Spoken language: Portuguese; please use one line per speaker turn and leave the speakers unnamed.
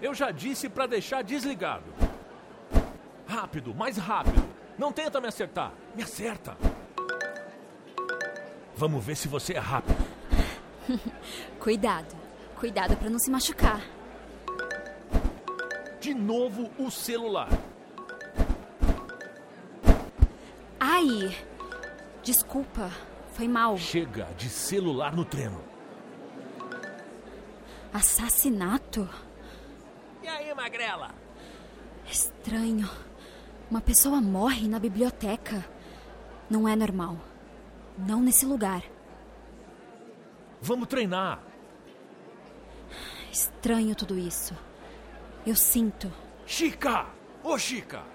Eu já disse para deixar desligado. Rápido, mais rápido. Não tenta me acertar. Me acerta. Vamos ver se você é rápido.
Cuidado. Cuidado para não se machucar.
De novo o celular.
Ai. Desculpa. Foi mal.
Chega de celular no treino.
Assassinato?
E aí, magrela?
Estranho. Uma pessoa morre na biblioteca. Não é normal. Não nesse lugar.
Vamos treinar.
Estranho tudo isso. Eu sinto.
Chica! Ô, Chica!